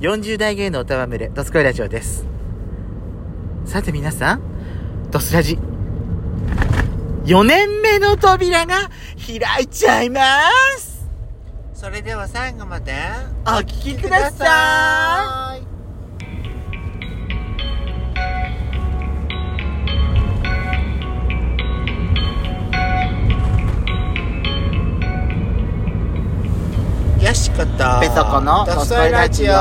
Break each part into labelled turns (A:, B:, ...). A: 40代芸のおたわむれ、ドスコイラジオです。さて皆さん、ドスラジ、4年目の扉が開いちゃいます
B: それでは最後まで
A: お聞きくださ
B: いよしこと
A: ペソコの
B: ドスコイラジオ
A: ドス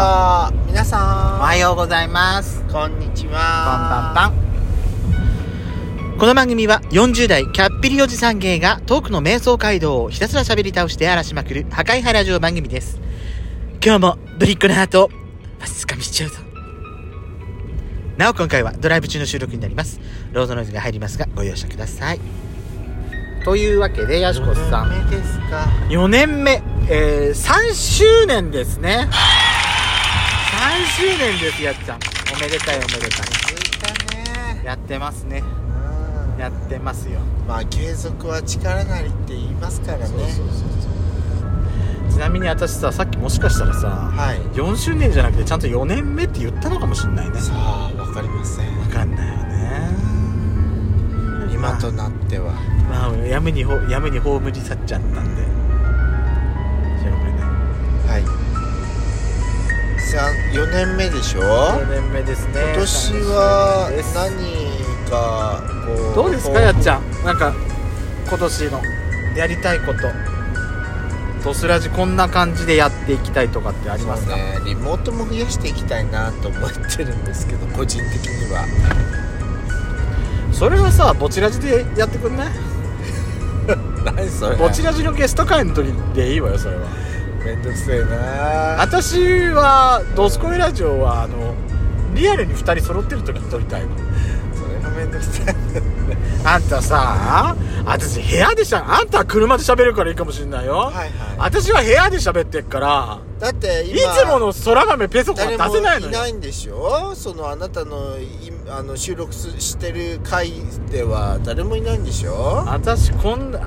A: コイ
B: 皆
A: いお
B: さん
A: はようございます。
B: こんにち
A: こんばんば
B: は
A: ん。この番組は40代キャッピリおじさん芸がトークの瞑想街道をひたすら喋り倒して荒らしまくる破壊派ラジオ番組です。今日もぶりっ子のハートをわしつかみしちゃうぞ。なお今回はドライブ中の収録になります。ロードノイズが入りますがご容赦ください。というわけで、やしこさん。
B: 目ですか
A: 4年目、えー、3周年ですね。3周年です、やっちゃん。おめでたいおめでたい。
B: 続いたね
A: やってますね。
B: うん
A: やってますよ
B: まあ継続は力なりって言いますからね
A: ちなみに私ささっきもしかしたらさ
B: はい
A: 4周年じゃなくてちゃんと4年目って言ったのかもしんないね
B: さあわかりません
A: 分かんないよね
B: 今となっては
A: まあやむにほやむに葬り去っちゃったんでしょうが
B: はい4年目でしょ
A: ない4年目ですね
B: 今年
A: 三周
B: は
A: 年です
B: 何かこう
A: どうですか
B: こ
A: やっちゃんなんか今年のやりたいことドスラジこんな感じでやっていきたいとかってあります
B: そう
A: か、
B: ねリモートも増やしていきたいなと思ってるんですけど個人的には
A: それはさぼちラジでやってくんない
B: 何それ
A: ぼちラジのゲスト会の時でいいわよそれは
B: めんどくせえなあ
A: 私は「ドスコイラジオは」あのリアルに2人揃ってる時に撮りたいの
B: それがめんどくせえ
A: あんたさ私部屋でしゃあんたは車で喋るからいいかもしんないよ、
B: はいはい
A: 私は部屋で喋ってっから
B: だって
A: い
B: 今
A: つもの空豆ペソコは
B: 誰も
A: 出せないの
B: い
A: よ
B: ないんでしょそのあなたのいあの収録すしてる回では誰もいないんでしょ
A: 私こんな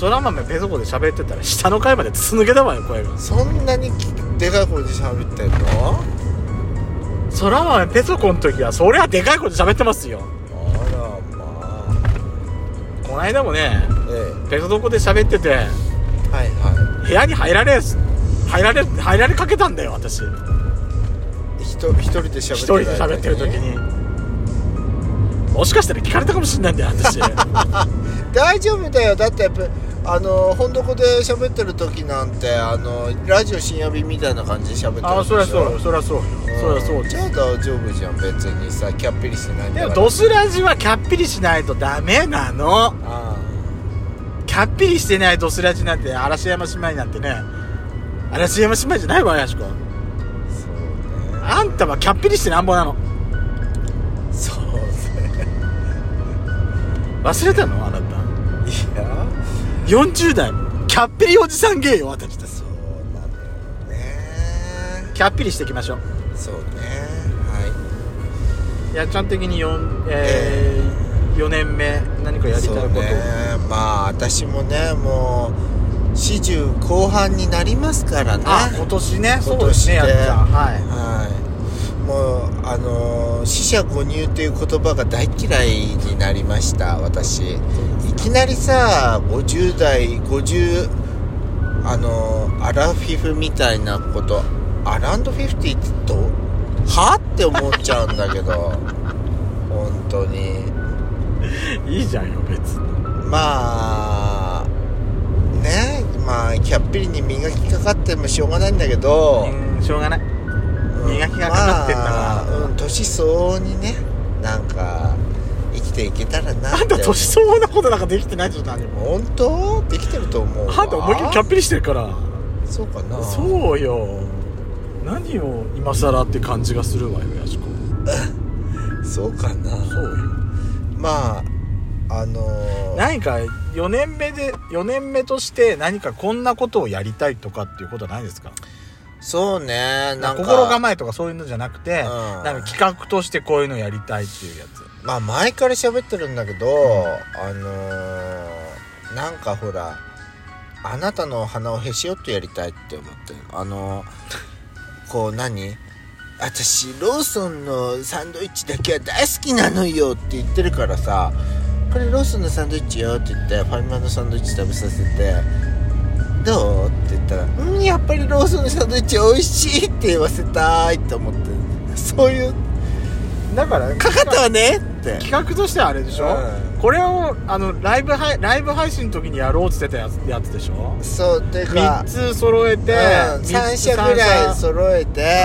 A: 空豆ペソコで喋ってたら下の階まで筒抜けだわよ声が
B: そんなにでかい声で喋ってんの
A: 空豆ペソコの時はそりゃでかい声で喋ってますよ
B: あらまあ
A: こないだもね
B: え
A: ペソコで喋ってて
B: えはいは
A: 部屋に入られ入られ入られかけたんだよ私
B: いひと一人で喋って
A: 一人で喋ってる時にもしかしたら聞かれたかもしれないんだよ私
B: 大丈夫だよだってぶあの本床で喋ってる時なんてあのラジオ深夜便みたいな感じで喋ってるでしょ
A: そりゃそうよ
B: ん
A: そりゃそう
B: じ
A: じ
B: ゃ
A: ゃ
B: あ大丈夫じゃん別にさキャッピリしてない
A: で
B: んだから
A: もドスラジはキャッピリしないとダメなの
B: あ
A: キャッピリしてないドスラジなんて嵐山姉妹なんてね嵐山姉妹じゃないわやしこ
B: あそうね
A: あんたはキャッピリしてなんぼなの
B: そうね
A: 忘れたのあなた
B: いや
A: 40代キャッピリおじさん芸よ私たち
B: そうなのよね
A: キャッピリしていきましょう
B: そうねはい
A: やっちゃん的に 4,、えー4年目何かやりたいこと、
B: そうねまあ私もねもう四十後半になりますからね
A: あ今年ねそ
B: 今年で
A: うですねやっちゃんは
B: はいもうあのー四捨五入という言葉が大嫌いになりました私いきなりさ50代50あのーアラフィフみたいなことアランドフィフティってどうはって思っちゃうんだけど 本当に
A: いいいじゃんよ別に
B: まあねまあキャッピリに磨きかかってもしょうがないんだけど、
A: うんしょうがない磨きがかかってんだな
B: まあうん、年相応にねなんか生きていけたらな
A: あんた年相応なことなんかできてないじゃん何も
B: 本当できてると思うわ
A: あんた思いっきりキャッピリしてるから
B: そうかな
A: そうよ何を今更って感じがするわよやしこ
B: そうかな
A: そうよ
B: まああのー
A: 何か4年目で4年目として何かこんなことをやりたいとかっていうことはないですか
B: そうねなんか
A: 心構えとかそういうのじゃなくて、
B: ん
A: なんか企画としてこういうのやりたいっていうやつ
B: まあ前から喋ってるんだけど、あのーなんかほらあなたのお花をへし折ってやりたいって思ってるあのーこう何私ローソンのサンドイッチだけは大好きなのよって言ってるからさこれローソンのサンドイッチよって言ってファミマのサンドイッチ食べさせてどうって言ったら「うんやっぱりローソンのサンドイッチ美味しい」って言わせたいと思ってそういう
A: だから
B: 「かかったわね」って
A: 企画としてはあれでしょ、
B: う
A: これをあのライブ配ライブ配信の時にやろうっつってたやつやつでしょ
B: そうてか
A: 3つ揃えて、
B: うん、3
A: 三
B: 社ぐらい揃えて、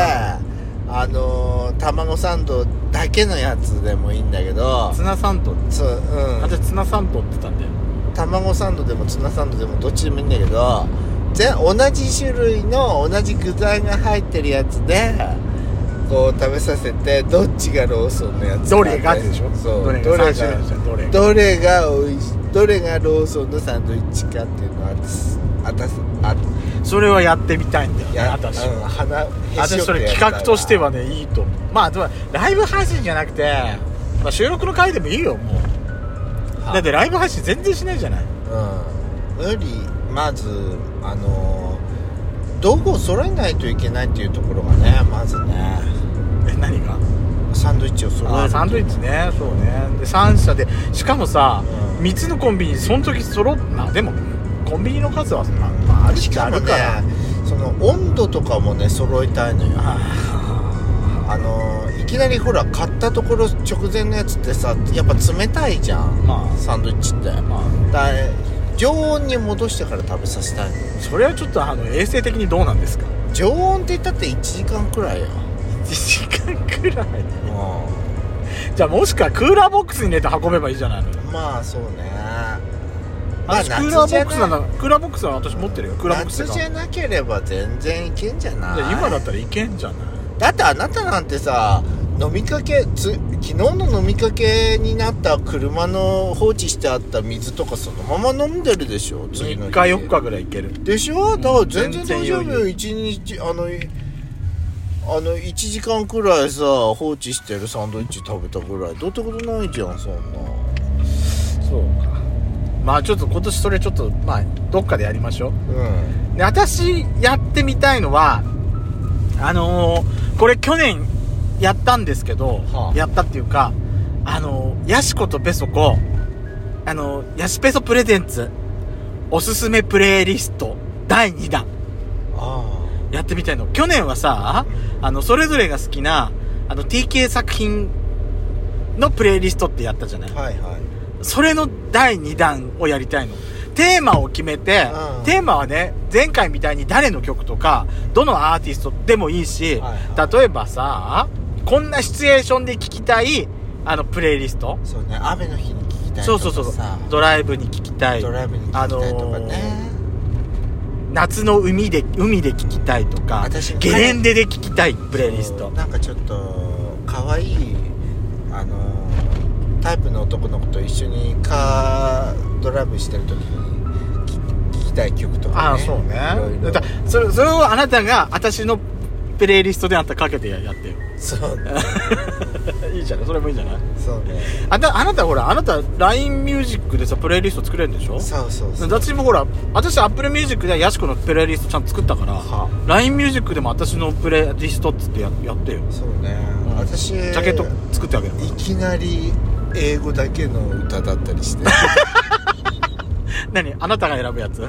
B: あのー卵サンドだけのやつでもいいんだけど
A: ツナサンド
B: そう、うん、
A: 私ツナサンドって言ったんだよ
B: 卵サンドでもツナサンドでもどっちでもいいんだけど全同じ種類の同じ具材が入ってるやつでこう食べさせてどっちがローソンのやつ
A: どれがでしょ
B: そう
A: どれ
B: ど
A: が三
B: れ
A: 種類
B: が
A: でしょどれが
B: どれがおいしどれがローソンのサンドイッチかっていうのをあつあたすあ
A: それはやってみたいんだよね私
B: うん、
A: は
B: 鼻
A: 私それ企画としてはねいいと思うまあでもライブ配信じゃなくて、まあ、収録の回でもいいよもうだってライブ配信全然しないじゃない
B: うん無理まずあのー道具を揃えないといけないっていうところがねまずね
A: え何が
B: サンドイッチを揃え
A: あ
B: る
A: ーサンドイッチねそうねで3社でしかもさ、
B: うん
A: 3つのコンビニその時揃っなでもコンビニの数はまあ、まあ、ある
B: し
A: し
B: か
A: あ
B: も
A: る
B: ね
A: から、
B: その温度とかもね揃えたいのよ
A: あ
B: あのーいきなりほら買ったところ直前のやつってさやっぱ冷たいじゃん、
A: まあ
B: サンドイッチって
A: ーま
B: だ常温に戻してから食べさせたいのよ
A: あそれはちょっとあの衛生的にどうなんですか
B: 常温って言ったって1時間くらいよ
A: 1時間くらいじゃあもしくはクーラーボックスに入れて運べばいいじゃないのよ
B: まあそうね
A: 私クーラーボックスなのクーラーボックスは私持ってるよクーラーボックス
B: 夏
A: が
B: じゃなければ全然いけんじゃない
A: 今だったらいけんじゃない
B: だってあなたなんてさ飲みかけつ昨日の飲みかけになった車の放置してあった水とかそのまま飲んでるでしょ次の
A: 3日
B: 日
A: 4日ぐらいいける
B: でしょだから全然大丈
A: 全
B: 夫
A: 然
B: よ
A: 余
B: 一日あのいあの1時間くらいさ放置してるサンドイッチ食べたぐらいどうってことないじゃんそんな
A: そうかまあちょっと今年それちょっとまあどっかでやりましょ
B: うん
A: うで私やってみたいのはあのーこれ去年やったんですけど、
B: はあ
A: やったっていうかあのーヤシコとペソコあのーヤシペソプレゼンツおすすめプレイリスト第2弾
B: あ
A: やってみたいの去年はさあのそれぞれが好きなあの TK 作品のプレイリストってやったじゃない
B: あはいはい
A: それの第2弾をやりたいの。テーマを決めて、
B: うん
A: テーマはね、前回みたいに誰の曲とか、どのアーティストでもいいし、
B: はいは
A: 例えばさ、こんなシチュエーションで聴きたい、あの、プレイリスト。
B: そうね雨の日に聞きたいとかさ
A: そうそうそうそう。ドライブに聴きたい。
B: ドライブに聞きたいとかね、
A: 夏の海で、海で聴きたいとか
B: 私、
A: ゲレンデで聴きたいプレイリス
B: そ
A: ト
B: う。なんかちょっと可愛いあのタイプの男の子と一緒にカードライブしてる時にき聞きたい曲と
A: あ
B: か、
A: あ、
B: ね、
A: そう
B: いろ
A: ね。
B: いろ
A: だそれ、それをあなたが、私のプレイリストであんたかけてやや ってよ。
B: そうね
A: いいじゃないそれもいいじゃない
B: そうね
A: あたあなたほらあなた LINE ミュージックでさプレイリスト作れるんでしょ
B: そうそうそう
A: 私もほら私 Apple ミュージックでヤシコのプレイリストちゃんと作ったから、
B: は
A: LINE ミュージックでも私のプレイリストっつってややってよ
B: そうね、
A: うん
B: 私ジ
A: ジャケット作ってあげる
B: いきなり英語だけの歌だったりして
A: 何あなたが選ぶやつ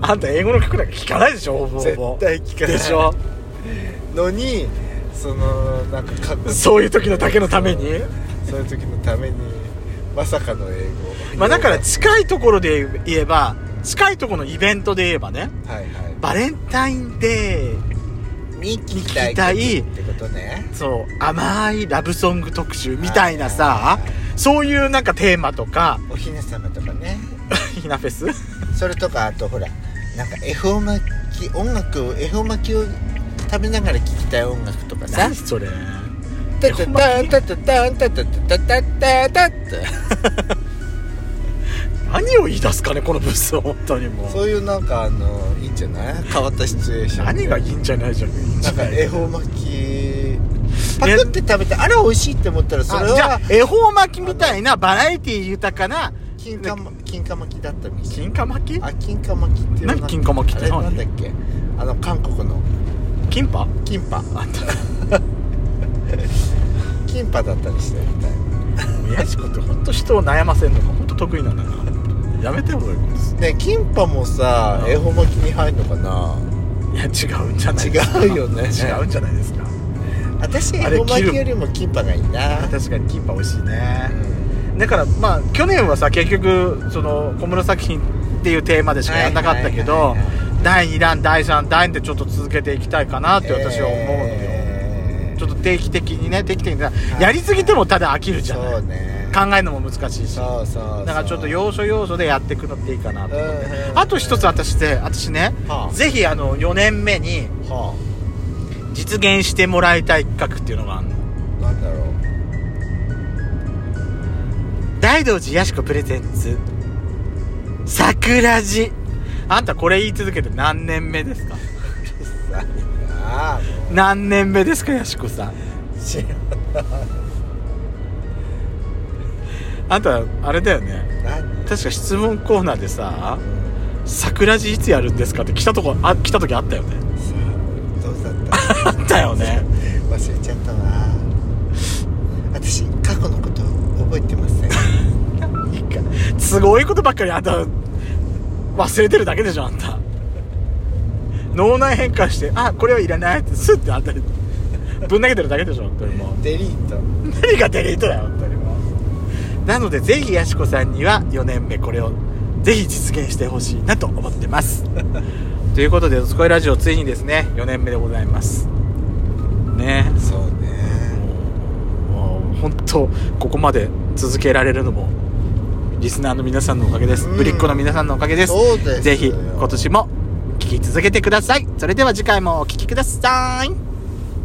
A: あんた英語の曲なんか聞かないでしょほぼほぼ
B: 絶対聞かな
A: で
B: い
A: しょ
B: のにそのなんかかっこ
A: そういう時のだけのために
B: そういう時のためにまさかの英語
A: まあだから
B: はい
A: 近いところで言えば近いところのイベントで言えばね
B: はい
A: バレンタインデー
B: に聞き
A: 聞きたい
B: ってことね
A: そう甘いラブソング特集みたいな
B: は
A: さ
B: いはいは
A: そういうなんかテーマとか
B: おひな様とかね
A: ひなフェス
B: それとかあとほらなんか恵方巻き音楽を恵方巻きを食べながら聞きたい音楽とかさ
A: 何それ
B: 「タタタンタタタンタタタタタタ」って
A: 何を言い出すかねこのブス本当にもう
B: そういうなんかあのいいんじゃない変わったシチュエーション
A: 何がいいんじゃないじゃんいいんじ
B: な
A: ゃ
B: んか
A: ない
B: 恵方巻きパクって食べてあれ美味しいって思ったらそれ
A: あじゃあ
B: は
A: 恵方巻きみたいなバラエティ豊かな
B: 金貨ま金貨巻きだったみたい
A: 金貨巻き
B: あ金貨巻きっていうの
A: 何金貨巻きって
B: あれ
A: 何
B: なんだっけあの韓国の
A: キンパ
B: キンパあったキンパだったりしてみたい
A: 宮地君って本当人を悩ませるのが本当得意なんだなやめてよそういうことす
B: ねキンパもさ
A: うん
B: 恵方巻きに入んのかない
A: や違うんじゃないですか
B: 違うよね
A: 違うんじゃないですか
B: 私恵
A: あれ
B: 方巻
A: 切
B: き
A: る
B: よりもキンパがいいな
A: 確かにキンパ美味しいね
B: うん
A: だからまあ去年はさ結局その小室作品っていうテーマでしかやんなかったけ
B: はい
A: ど
B: はいはいは
A: 第2弾第3弾ってちょっと続けていきたいかなって私は思うのよ、
B: えー
A: ちょっと定期的にね定期的にね
B: い
A: やりすぎてもただ飽きるじゃない、
B: そうね
A: 考えるのも難しいしだ
B: そうそうそう
A: からちょっと要所要所でやっていくのっていいかなと思って、
B: うんうんうん
A: あと一つ私で私ね、
B: はあ
A: ぜひあの4年目に
B: は
A: 実現してもらいたい企画っていうのがあるの
B: あなんだろう
A: 大道寺やしこプレゼンツ桜寺あんたこれ言い続けて何年目ですか
B: さあも
A: 何年目ですかやしこさん
B: う知ら
A: あんたあれだよね
B: ない
A: 確か質問コーナーでさ
B: う
A: 「
B: ん
A: 桜寺いつやるんですか?」って来たとこあ来た時あったよね
B: さあどうだった
A: あったよね
B: 忘れちゃったわ私過去のこと覚えてま せん
A: いいかすごいことばっかりあんた忘れてるだけでしょあんた脳内変換して「あこれはいらない」ってスッてあんたにぶん投げてるだけでしょ本当にもう
B: デリート
A: 何がデリートだよ本当にもうなのでぜひやしこさんには4年目これをぜひ実現してほしいなと思ってます ということで「どすこいラジオ」ついにですね4年目でございますね
B: そうね
A: もう本当ここまで続けられるのもリスナーの皆さんのおかげです、
B: うん
A: ぶりっ子の皆さんのおかげです
B: そうですよ
A: ぜひ今年も聞き続けてくださいそれでは次回もお聞きください